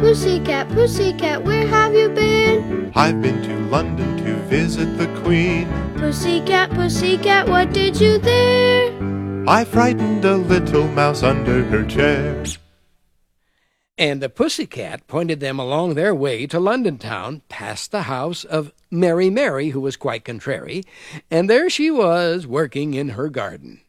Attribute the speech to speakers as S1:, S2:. S1: Pussycat, pussycat, where have you been?
S2: I've been to London to visit the Queen.
S1: Pussycat, pussycat, what did you there?
S2: I frightened a little mouse under her chair.
S3: And the pussycat pointed them along their way to London town, past the house of Mary Mary, who was quite contrary, and there she was working in her garden.